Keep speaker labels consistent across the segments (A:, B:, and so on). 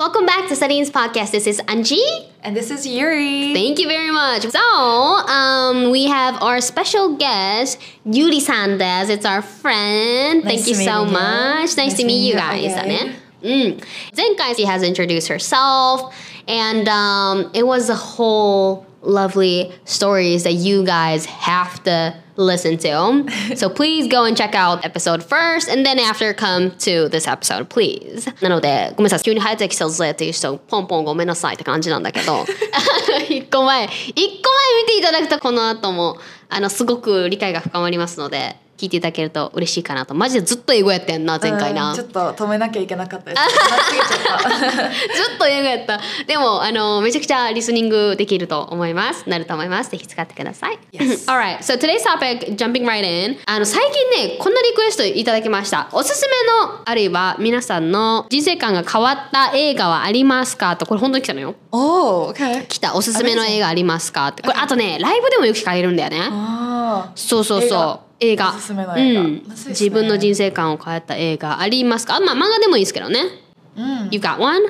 A: Welcome back to Studying's podcast. This is Anji.
B: And this is Yuri.
A: Thank you very much. So, um, we have our special guest, Yuri san des. It's our friend.
B: Nice
A: Thank you
B: to meet
A: so
B: you.
A: much. Nice,
B: Nice
A: to
B: to
A: meet
B: meet
A: you
B: you
A: guys.
B: again.
A: だね。うん。前回 she has introduced herself, and um, it was a whole lovely stories that you guys have to listen to. so please go and check out episode first, and then after come to this episode, please. なので、ごめんなさい。急に生えてきちゃうぜっていう人、ポンポンごめんなさいって感じなんだけど、 一個前、一個前見ていただくと、この後も、あの、すごく理解が深まりますので、聞いていただけると嬉しいかなと。マジでずっと英語やってんな、前回な。
B: Uh, うんちょっと止めなきゃいけな かったです。話しすぎちゃっ
A: ずっと英語やった。でも、あの、めちゃくちゃリスニングできると思います。なると思います。ぜひ使ってください。
B: Yes.
A: Alright, so today's topic, jumping right in. あの、最近ね、こんなリクエストいただきました。おすすめの、あるいは皆さんの人生観が変わった映画はありますかと、これ本当に来たのよ。
B: た。
A: Oh,
B: おお、okay。
A: 来た、おすすめの映画ありますかって。これ、あとね、ライブでもよく聞かれるんだよね。
B: ああ。
A: そうそうそう。映画
B: おすすめの映画
A: うん
B: むずいっすね
A: 自分の人生観を変えた映画ありますかあまあ漫画でもいいですけどね、You got one?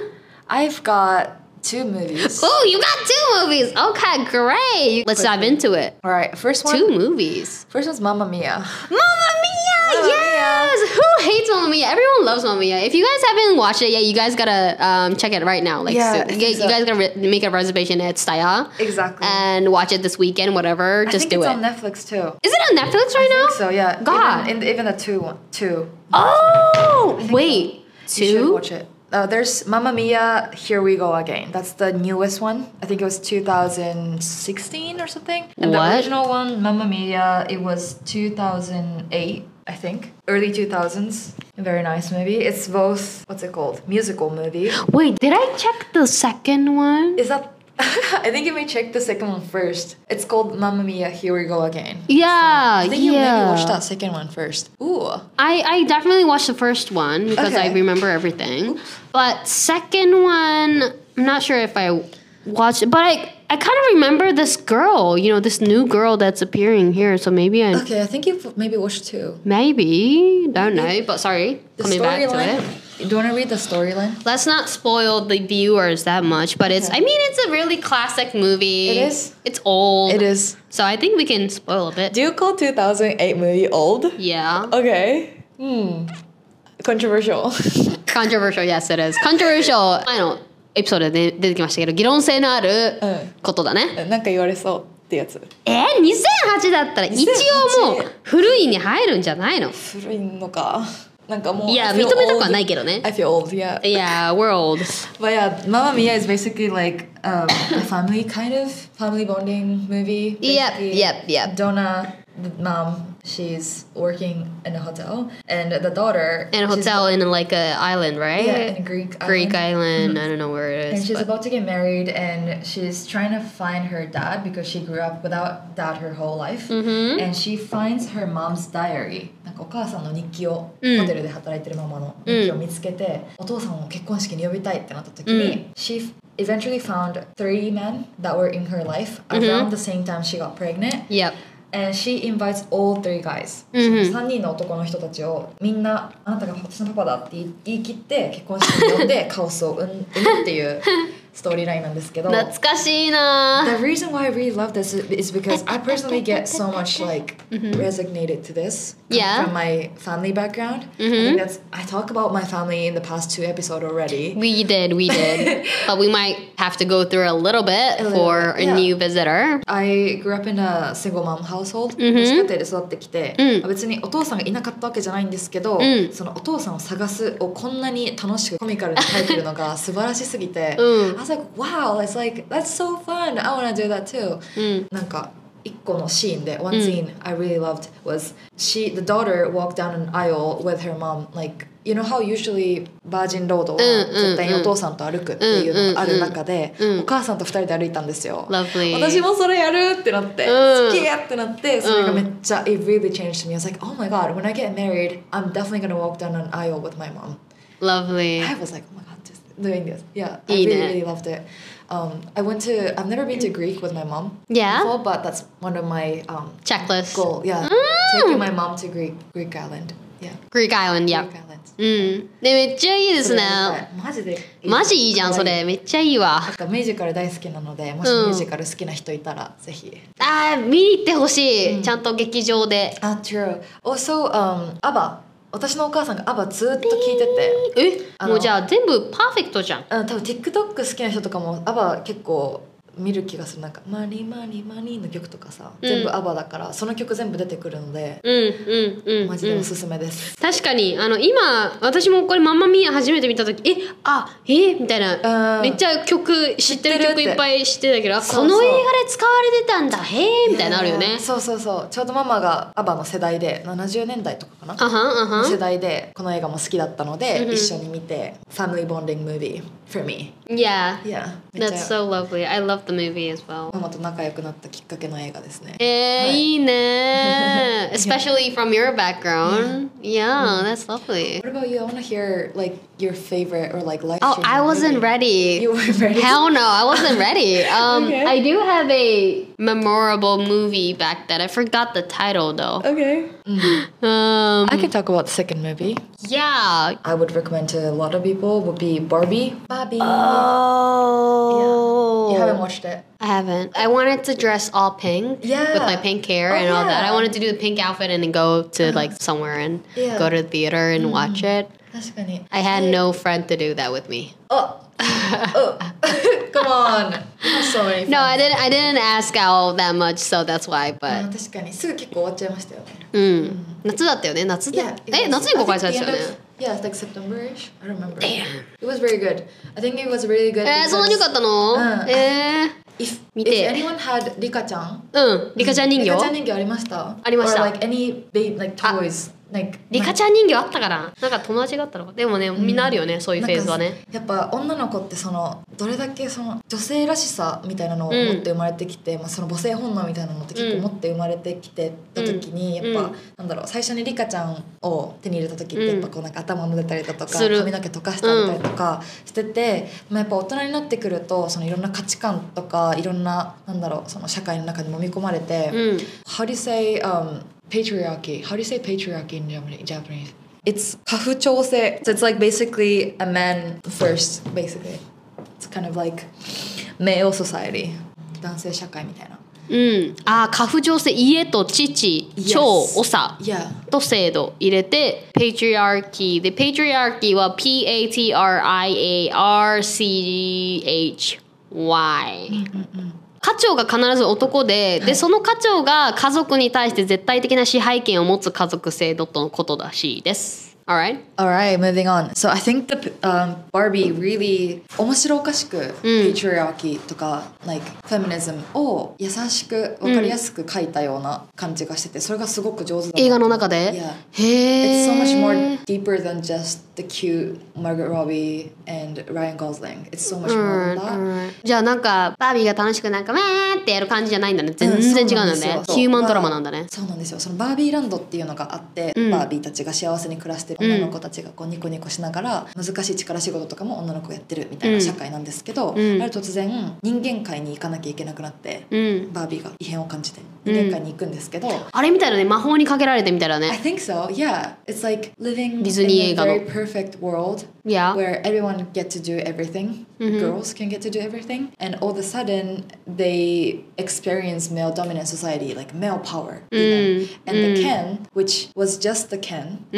B: I've got two movies.
A: Oh, you got two movies. Okay, great. Let's dive into it.
B: Alright, first
A: Two
B: one.
A: movies.
B: First one's Mamma Mia.
A: Mamma Mia!
B: Mamma Mia.
A: yes! Who hates Mamma Mia? Everyone loves Mamma Mia. If you guys haven't watched it yet, you guys gotta um, check it right now. Like,
B: Yeah,
A: soon.
B: I
A: You,
B: think
A: guys- you
B: so.
A: guys gotta re- make a reservation at Staya
B: Exactly.
A: and watch it this weekend, whatever.
B: I
A: Uh, Just
B: think
A: do
B: it's
A: it.
B: on Netflix too.
A: Is it on Netflix right now?
B: So yeah.
A: God.
B: Even, in, even the two one two.
A: oh, wait.
B: You should
A: Two?
B: watch it. Uh, there's Mamma Mia, Here We Go Again. That's the newest one. I think it was 2016 or something. And
A: What?
B: the original one, Mamma Mia, it was 2008, I think. Early 2000s. Very nice movie. It's both, what's it called? Musical movie.
A: Wait, did I check the second one?
B: Is that. I think you may check the second one first. It's called Mamma Mia, Here We Go Again.
A: Yeah,
B: I think
A: yeah.
B: you maybe watch that second one first. Ooh.
A: I, I definitely watched the first one because I
B: Okay.
A: remember everything. But second one, I'm not sure if I watched it, but I, I kind of remember this girl, you know, this new girl that's appearing here. So maybe I,
B: Okay, I think you've maybe watched two.
A: maybe, don't know, but sorry,
B: The
A: coming back to it.
B: storyline. Do you want to read the storyline?
A: Let's not spoil the viewers that much, but it's, I
B: Okay.
A: mean, it's a really classic movie.
B: It is.
A: It's old.
B: It is.
A: So I think we can spoil a bit.
B: Do you call 2008 movie old?
A: yeah.
B: Okay. Hmm. Controversial.
A: controversial yes it is controversial 前のエピソードで出てきましたけど議論性のある
B: うん
A: ことだね、
B: なんか言われそうってやつ。
A: えー、2008だったら一応もう
B: 2008
A: 古いに入るんじゃないの
B: 古いのか。なんかもう。
A: いや
B: I
A: 認
B: feel
A: めたくは
B: old.
A: ないけどね
B: I feel old, yeah.
A: y e a world
B: But yeah, Mamma Mia is basically like um, a family kind of family bonding movie.
A: Yep,
B: basically.
A: yep, yep.
B: Donna, the mom, she's working in a hotel, and the daughter
A: and a
B: she's-
A: hotel in like a island right
B: Yeah, in Greek
A: Greek island
B: island.
A: I don't know where it
B: And
A: is
B: she's
A: but-
B: about to get married, and she's trying to find her dad because she grew up without dad her whole life.
A: Mm-hmm.
B: And she finds her mom's diary. なんかお母さんの日記を、
A: うん
B: ホテルで働いてるママの日記を見つけて、お父さんを結婚式に呼びたいってなった時に、
A: うん
B: she eventually found three men that were in her life around the same time she got pregnant.
A: Mm-hmm. yep
B: And she invites all three guys、
A: うん
B: 3人の男の人たちをみんなあなたが私のパパだって言い言い切って結婚式に呼んでカオスを生む生むっていうストーリーラインなんですけど
A: 懐かしいな
B: The reason why I really love this is because I personally get so much like resignated to this
A: Yeah.
B: from my family background. I think that's I talk about my family in the past two episodes already.
A: we did we did but we might have to go through a little bit
B: little
A: for a
B: bit, yeah.
A: new visitor
B: I grew up in a single mom household、
A: ん
B: 母子家庭で育ってきて、
A: うん
B: 別にお父さんがいなかったわけじゃないんですけど、
A: うん
B: そのお父さんを探すをこんなに楽しくコミカルに書いてるのが素晴らしす ぎて、
A: うん
B: I was like wow that's like that's so fun I wanna do that too
A: うん
B: なんか一個のシーンで one scene I really loved was she the daughter walked down an aisle with her mom like you know how usually バージンロードは絶対にお父さんと歩くっていうのがある中で、
A: うんうんうん
B: お母さんと二人で歩いたんですよ、
A: lovely
B: 私もそれやるってなって、
A: うん
B: 好きやってなってそれがめっちゃ、it really changed me I was like oh my god when I get married I'm definitely gonna walk down an aisle with my mom
A: lovely
B: I was like oh my god just doing this yeah I
A: いいね
B: really really loved it um, I went to I've never been to Greek with my mom
A: Yeah.
B: before but that's one of my um,
A: checklist Mm.
B: goal yeah taking my mom to Greek Greek island Yeah.
A: Greek Island, yeah.
B: Greek Islands.
A: うん。で、めっちゃいいですね。
B: マジでいい
A: マジいいじゃん、そ
B: 可愛
A: れ。めっちゃいいわ。
B: なんかミュージカル大好きなのでもしミ
A: うん
B: ュージカル好きな人いたら、ぜひ
A: あー、見に行ってほしい。ちゃんと劇場で。
B: あ true also、um, アバ私のお母さんがアバずっと聞いてて
A: え
B: あの
A: もうじゃあ全部パーフェクトじゃん。
B: うん多分 TikTok 好きな人とかもアバ結構見る気がするなんか「マニーマニーマニー」の曲とかさ、
A: うん
B: 全部アバだからその曲全部出てくるので、
A: うんうんうん、うん。
B: マジでおすすめです、
A: 確かにあの今私もこれ「ママミア初めて見た時えあえみたいな、
B: うん
A: めっちゃ曲知ってる
B: 知ってるっ
A: 曲
B: て
A: いっぱい知ってたけどあ
B: そうそう
A: この映画で使われてたんだへえみたいなのあるよ
B: いや
A: ね
B: ー そうそうそうちょうどママがアバの世代で70年代とかかな
A: あはんあは
B: 世
A: ん
B: 代でこの映画も好きだったので、
A: うんうん
B: 一緒に見て「ファミリーボンディングムービー for me
A: Yeah」
B: yeah めっ
A: That's
B: ちゃ
A: so lovely I love the movie as well
B: ママと仲良くなったきっかけの映画ですね
A: えー
B: はい
A: いい ね Especially from your background Yeah that's lovely
B: What about you? I want to hear like your favorite or like life
A: Oh I wasn't ready
B: You weren't ready?
A: Hell no, I wasn't ready. Um,
B: Okay.
A: I do have a memorable movie back then. I forgot the title though.
B: Okay.
A: Um,
B: I can talk about the second movie.
A: yeah.
B: I would recommend to a lot of people would be Barbie. Barbie.
A: Oh.
B: you haven't watched it.
A: I haven't. I wanted to dress all pink.
B: Yeah.
A: With my pink hair
B: Oh,
A: and all that.
B: yeah. Uh-huh.
A: I wanted to do the pink outfit and then go to like somewhere and
B: Yeah.
A: go to the theater and watch it.
B: 確かに。
A: I had no friend to do that with me.
B: Oh. oh. Come on. You have so many.
A: No, I didn't. I didn't ask out that much, so that's why. But
B: 確かにすぐ結構終わっちゃいましたよね。
A: うん、夏だったよね夏で、
B: Yeah. it
A: え
B: was-
A: 夏に公開さ
B: I
A: れて
B: think
A: た
B: the
A: よね
B: end of- Yeah, it's like September-ish. I don't remember. It was very good. I think it was really good.
A: えー、そんなに良かったの、
B: うん
A: え
B: If,
A: 見て
B: if anyone had リカちゃん
A: ー、うんリカちゃん人形
B: リカちゃん人形ありました
A: ありました
B: Or like any babe, like toys. Like,
A: リカちゃん人形あったからなんか友達があったのかでもねみんなあるよね、そういうフェーズは
B: なん
A: ね
B: かやっぱ女の子ってそのどれだけその女性らしさみたいなのを
A: うん
B: 持って生まれてきて、まあ、その母性本能みたいなのって結構持って生まれてきてた時に、
A: うん
B: やっ
A: う
B: ぱ、
A: ん
B: なんだろう最初にリカちゃんを手に入れた時って
A: うん
B: やっぱこうなんか頭撫でたりだとか
A: する
B: 髪の毛溶かしてあげたりとかしてて、まあ、やっぱ大人になってくるとそのいろんな価値観とかいろんななんだろうその社会の中に揉み込まれて。
A: うん
B: How do you say um, patriarchy? How do you say patriarchy in Japan- Japanese? It's 家父長制. So it's like basically a man first, basically. It's kind of like male society. 男性社会みたいな.
A: うんあー家父情勢家と父
B: Yes.
A: 長長
B: Yeah.
A: と制度入れて patriarchy で patriarchy は p-a-t-r-i-a-r-c-h-y 家長が必ず男で、でその家長が家族に対して絶対的な支配権を持つ家族制度とのことだしいです alright
B: All right, moving on. So I think the um, Barbie really 面白おかしく、patriarchy とか like feminism を優しくわかりやすく書いたような感じがしてて、それがすごく上手だな
A: 映画の中で、
B: Yeah.
A: へ
B: It's
A: え
B: so much more deeper than just the cute Margaret Robbie and Ryan Gosling. It's so much more than that.
A: じゃあなんかバービーが楽しくなんかわーってやる感じじゃないんだね全然違うんだね、ヒューマンドラマなんだね
B: そうなんですよそのバービーランドっていうのがあって、
A: ん
B: バービーたちが幸せに暮らしてる女の子たちがこうニコニコしながら難しい力仕事とかも女の子がやってるみたいうなん社会なんですけど、
A: うん
B: ある突然人間界に行かなきゃいけなくなって、
A: うん
B: バービーが異変を感じて
A: うん
B: 人間界に行くんですけど、
A: あれみたいなね魔法にかけられてみたいな
B: I
A: ね
B: think so. Yeah, it's like living
A: ディズニー映
B: in
A: 画
B: a
A: の
B: very perfect world
A: Yeah. Mm-hmm.
B: where everyone get to do everything. Girls can get to do everything, and all of a sudden they experience male dominant society, like male power.
A: Mm,
B: Even. And the Ken, which was just the Ken,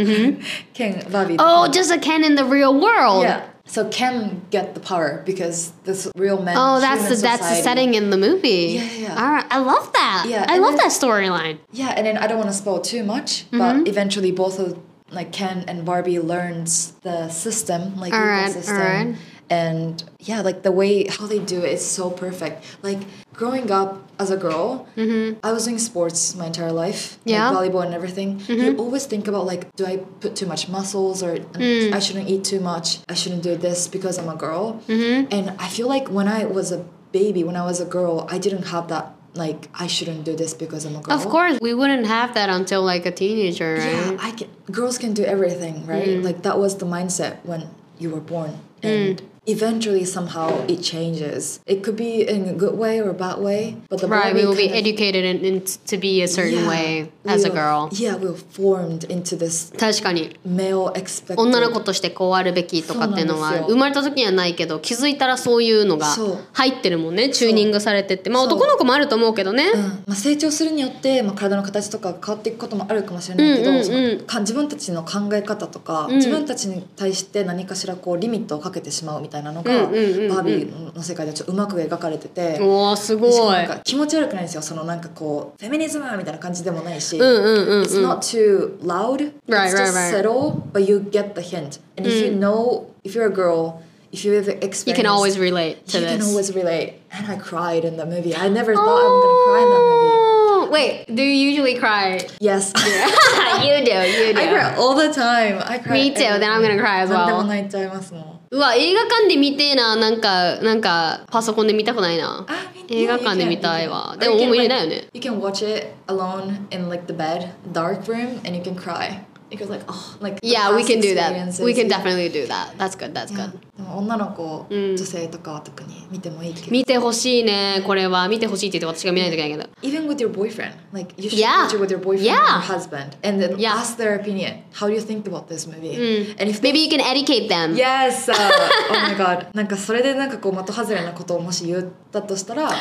B: Ken
A: Mm-hmm.
B: Vavi.
A: Oh just a can in the real world
B: yeah. So Ken get the power because this real men.
A: Oh, that's the,
B: human
A: that's the
B: society-
A: setting in the movie.
B: Yeah, yeah, yeah.
A: All right, I love that.
B: Yeah,
A: I
B: and
A: love
B: then-
A: that storyline.
B: Yeah, and then I don't want to spoil too much,
A: Mm-hmm.
B: but eventually both of like Ken and Barbie learns the system, like
A: Alright,
B: ecosystem.
A: alright.
B: And yeah, like the way how they do it is so perfect. Like growing up as a girl, I was doing sports my entire life,
A: Mm-hmm. Yeah. Mm-hmm.
B: like volleyball and everything. You always think about like, do I put too much muscles or um,
A: Mm.
B: I shouldn't eat too much? I shouldn't do this because I'm a girl.
A: Mm-hmm.
B: And I feel like when I was a baby, when I was a girl, I didn't have that. Like I shouldn't do this because I'm a girl.
A: Of course, we wouldn't have that until like a teenager, right?
B: Yeah, I can. Girls can do everything, right? Like that was the mindset when you were born, and eventually somehow it changes. It could be in a good way or a bad way, but the
A: Right,
B: more
A: we will be
B: kind of-
A: educated in, in, to be a certain
B: Yeah,
A: way
B: we
A: as a
B: were-
A: girl.
B: Yeah, we were formed into this
A: 確かに
B: male expected.
A: 女の子としてこうあるべきとかっていうの
B: そうなん
A: は
B: ですよ
A: 生まれた時にはないけど気づいたらそういうのが
B: そう
A: 入ってるもんねチューニングされてってまあ
B: そう
A: 男の子もあると思うけどね
B: うんまあ、成長するによって、まあ、体の形とか変わっていくこともあるかもしれないけど、
A: うんうんうん
B: そのか自分たちの考え方とか、
A: うん
B: 自分たちに対して何かしらこうリミットをかけてしまうみたいなのが、
A: うんうんうんうん
B: バービーの世界ではちょっとうまく描かれてて。
A: おおすご
B: しかも
A: い
B: なんか気持ち悪くないんですよそのなんかこうフェミニズムみたいな感じでもない
A: う
B: し、
A: んうんうんうん
B: It's not too loud.
A: Right,
B: it's
A: right,
B: just
A: right.
B: subtle, but you get the hint. And if you know, if you're a girl, if you've experienced,
A: You can always relate to
B: you can
A: this
B: always relate. And I cried in the movie. I never thought I'm gonna cry in that
A: Oh, Wait, do you usually cry?
B: movie. Yes,
A: you do, you do.
B: I cry all the time. I cry.
A: Me too,
B: every-
A: then I'm gonna cry as
B: 何でも
A: well.
B: 泣いちゃいますもん。
A: うわ、映画館で見てえな、なんか、なんか、パソコンで見たくないな。
B: あみんな
A: 映画館で見たいわ。
B: you can-
A: でも、もう
B: you
A: 見
B: can,
A: れ
B: like-
A: ないよね。
B: You can watch it alone in like the bed, dark room, and you can cry because like oh like. the
A: Yeah, we
B: past
A: can do that.
B: experiences,
A: We can
B: yeah.
A: definitely do that. That's good, that's good.
B: でも女の子、
A: うん
B: 女性とかは特に見てもいいけど。
A: 見てほしいね、これは。見てほしいって言って私が見ないといけないけど。
B: Even with your boyfriend, like you should
A: Yeah.
B: watch it with your boyfriend
A: Yeah.
B: or husband, and then
A: Yeah.
B: ask their opinion. How do you think about this movie? And if they
A: Maybe you can educate them.
B: yes, uh, oh my god, なんかそれでなんかこう的外れなことをもし言ったとしたら、
A: なんか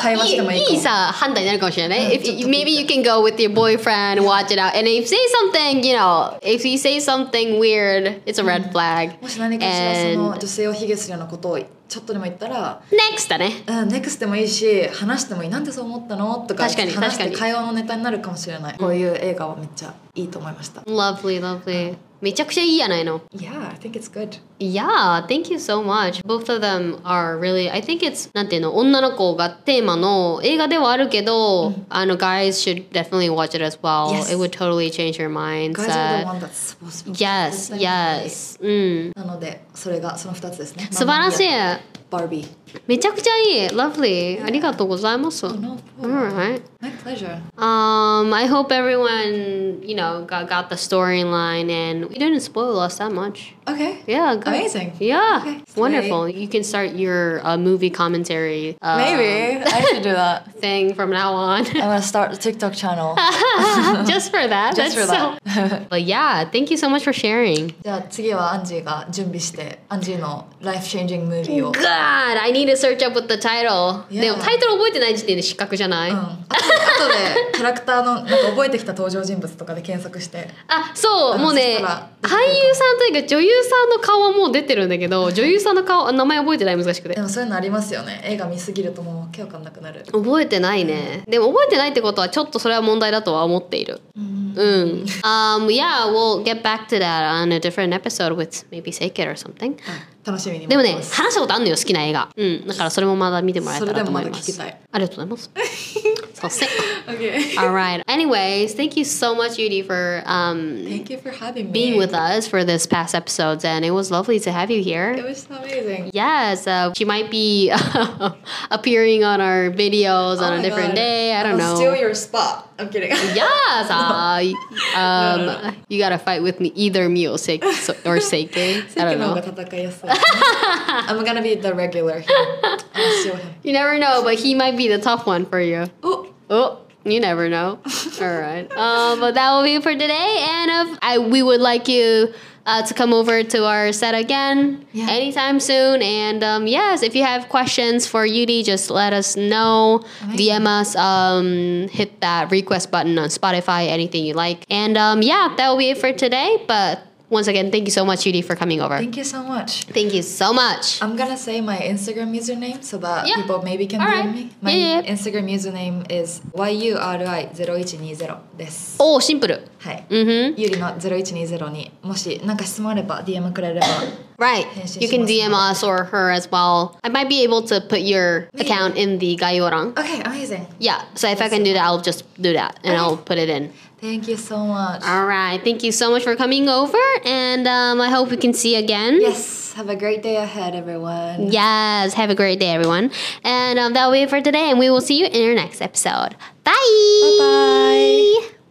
B: 会話してもいいか
A: い
B: も
A: いさ判断になるかもしれない、ね。
B: うんちょっ
A: if
B: と
A: maybe you can go with your boyfriend, watch it out, and if say something, you know, if you say something weird, it's a
B: Mm-hmm.
A: red flag.
B: もし何かしらその
A: And-
B: 女性を卑下するようなことをちょっとでも言ったら、
A: next だね。
B: うん、ネクスでもいいし話してもいいなんでそう思ったのとか
A: 確かに
B: 話し
A: 確
B: て
A: かに
B: 会話のネタになるかもしれないこういう映画はめっちゃいいと思いました
A: Lovely, lovely. めちゃくちゃいいやないの。
B: Yeah, I think it's good
A: Yeah, thank you so much. Both of them are really, I think it's, なんていうの、女の子がテーマの映画ではあるけど、あの、guys should definitely watch it as well.
B: Mm-hmm. Yes.
A: It would totally change your
B: Guys are the
A: mindset.
B: one that's supposed to be
A: Yes,
B: definitely.
A: yes. Mm. うん。
B: なのでそれがその2つですね
A: 素晴らしい。
B: バービー
A: めちゃくちゃいい。Lovely. ありがとうございます。
B: No problem.
A: Alright.
B: My pleasure
A: Um, I hope everyone, you know, got, got the storyline and we didn't spoil us that much.
B: Okay
A: Yeah, good.
B: Amazing.
A: Yeah,
B: Okay, great.
A: wonderful. You can start your uh, movie commentary uh,
B: Maybe I should do that
A: thing from now on.
B: I'm gonna start the TikTok channel
A: Just for that.
B: just for
A: That's so-
B: that
A: But yeah, thank you so much for sharing.
B: じゃあ次はアンジーが準備してアンジーのライフチェンジングムービーを
A: God, I need to search up with the title.
B: Yeah.
A: でもタイトル覚えてない時点で失格じゃない、
B: うん、あと後でキャラクターのなんか覚えてきた登場人物とかで検索して
A: あそう
B: うん
A: もうね俳
B: そした
A: 優
B: ら
A: さんというか女優さんの顔はもう出てるんだけど女優さんの顔あ名前覚えてない難しくて
B: でもそういうのありますよね映画見すぎるともう訳わかんなくなる
A: 覚えてないねでも覚えてないってことはちょっとそれは問題だとは思っているうん、um, Yeah we'll get back to that on a different episode with maybe Seikid or something
B: 楽しみに
A: で
B: 待
A: も
B: って
A: ね
B: ます
A: 話したことあんのよ好きな映画うんだからそれもまだ見てもらえたらと思います
B: それでもまだ聞きたい
A: ありがとうございますそう せ
B: Okay
A: Alright anyways thank you so much Yudi for um,
B: Thank you for having me
A: being with us for this past episodes and it was lovely to have you
B: It
A: here
B: was amazing
A: yes uh, she might be appearing on our videos on
B: Oh
A: a
B: my
A: different
B: God.
A: day i don't know
B: I'll steal your spot I'm kidding
A: yes uh, um,
B: no, no.
A: you gotta fight with me either me or Seiki so- or Seiki i
B: 席
A: don't
B: の方
A: know
B: が戦いやすい I'm gonna be the regular here I'll steal him
A: you never know but he might be the tough one for you
B: お
A: Oh, you never know. All right. Uh, but that will be it for today. And if I, we would like you uh, to come over to our set again
B: Yeah.
A: anytime soon. And um, yes, if you have questions for Yudi, just let us know.
B: Amazing.
A: DM us. Um, hit that request button on Spotify. Anything you like. And um, yeah, that will be it for today. But once again, thank you so much, Yudi, for coming over.
B: Thank you Uh, so much
A: Thank you so much.
B: I'm gonna say my Instagram username so that
A: Yeah.
B: people maybe can
A: All
B: DM
A: right.
B: me. My
A: Yeah, yeah.
B: Instagram username is yuri0120 です。
A: Oh, simple.
B: はい。
A: Mm-hmm.
B: ゆりの0120にもし何か質問あれば DM くれれば。
A: Right.
B: Yes, yes,
A: You can
B: yes, yes.
A: DM us or her as well. I might be able to put your
B: Maybe.
A: account in the Gayorang.
B: Okay, amazing.
A: Yeah. So if I can do that, I'll just do that and
B: Okay.
A: I'll put it in.
B: Thank you so much.
A: All right. Thank you so much for coming over. And um, I hope we can see you again.
B: Yes, have a great day ahead, everyone.
A: Yes. Have a great day, everyone. And um, that'll be it for today. And we will see you in our next episode. Bye.
B: Bye-bye.
A: bye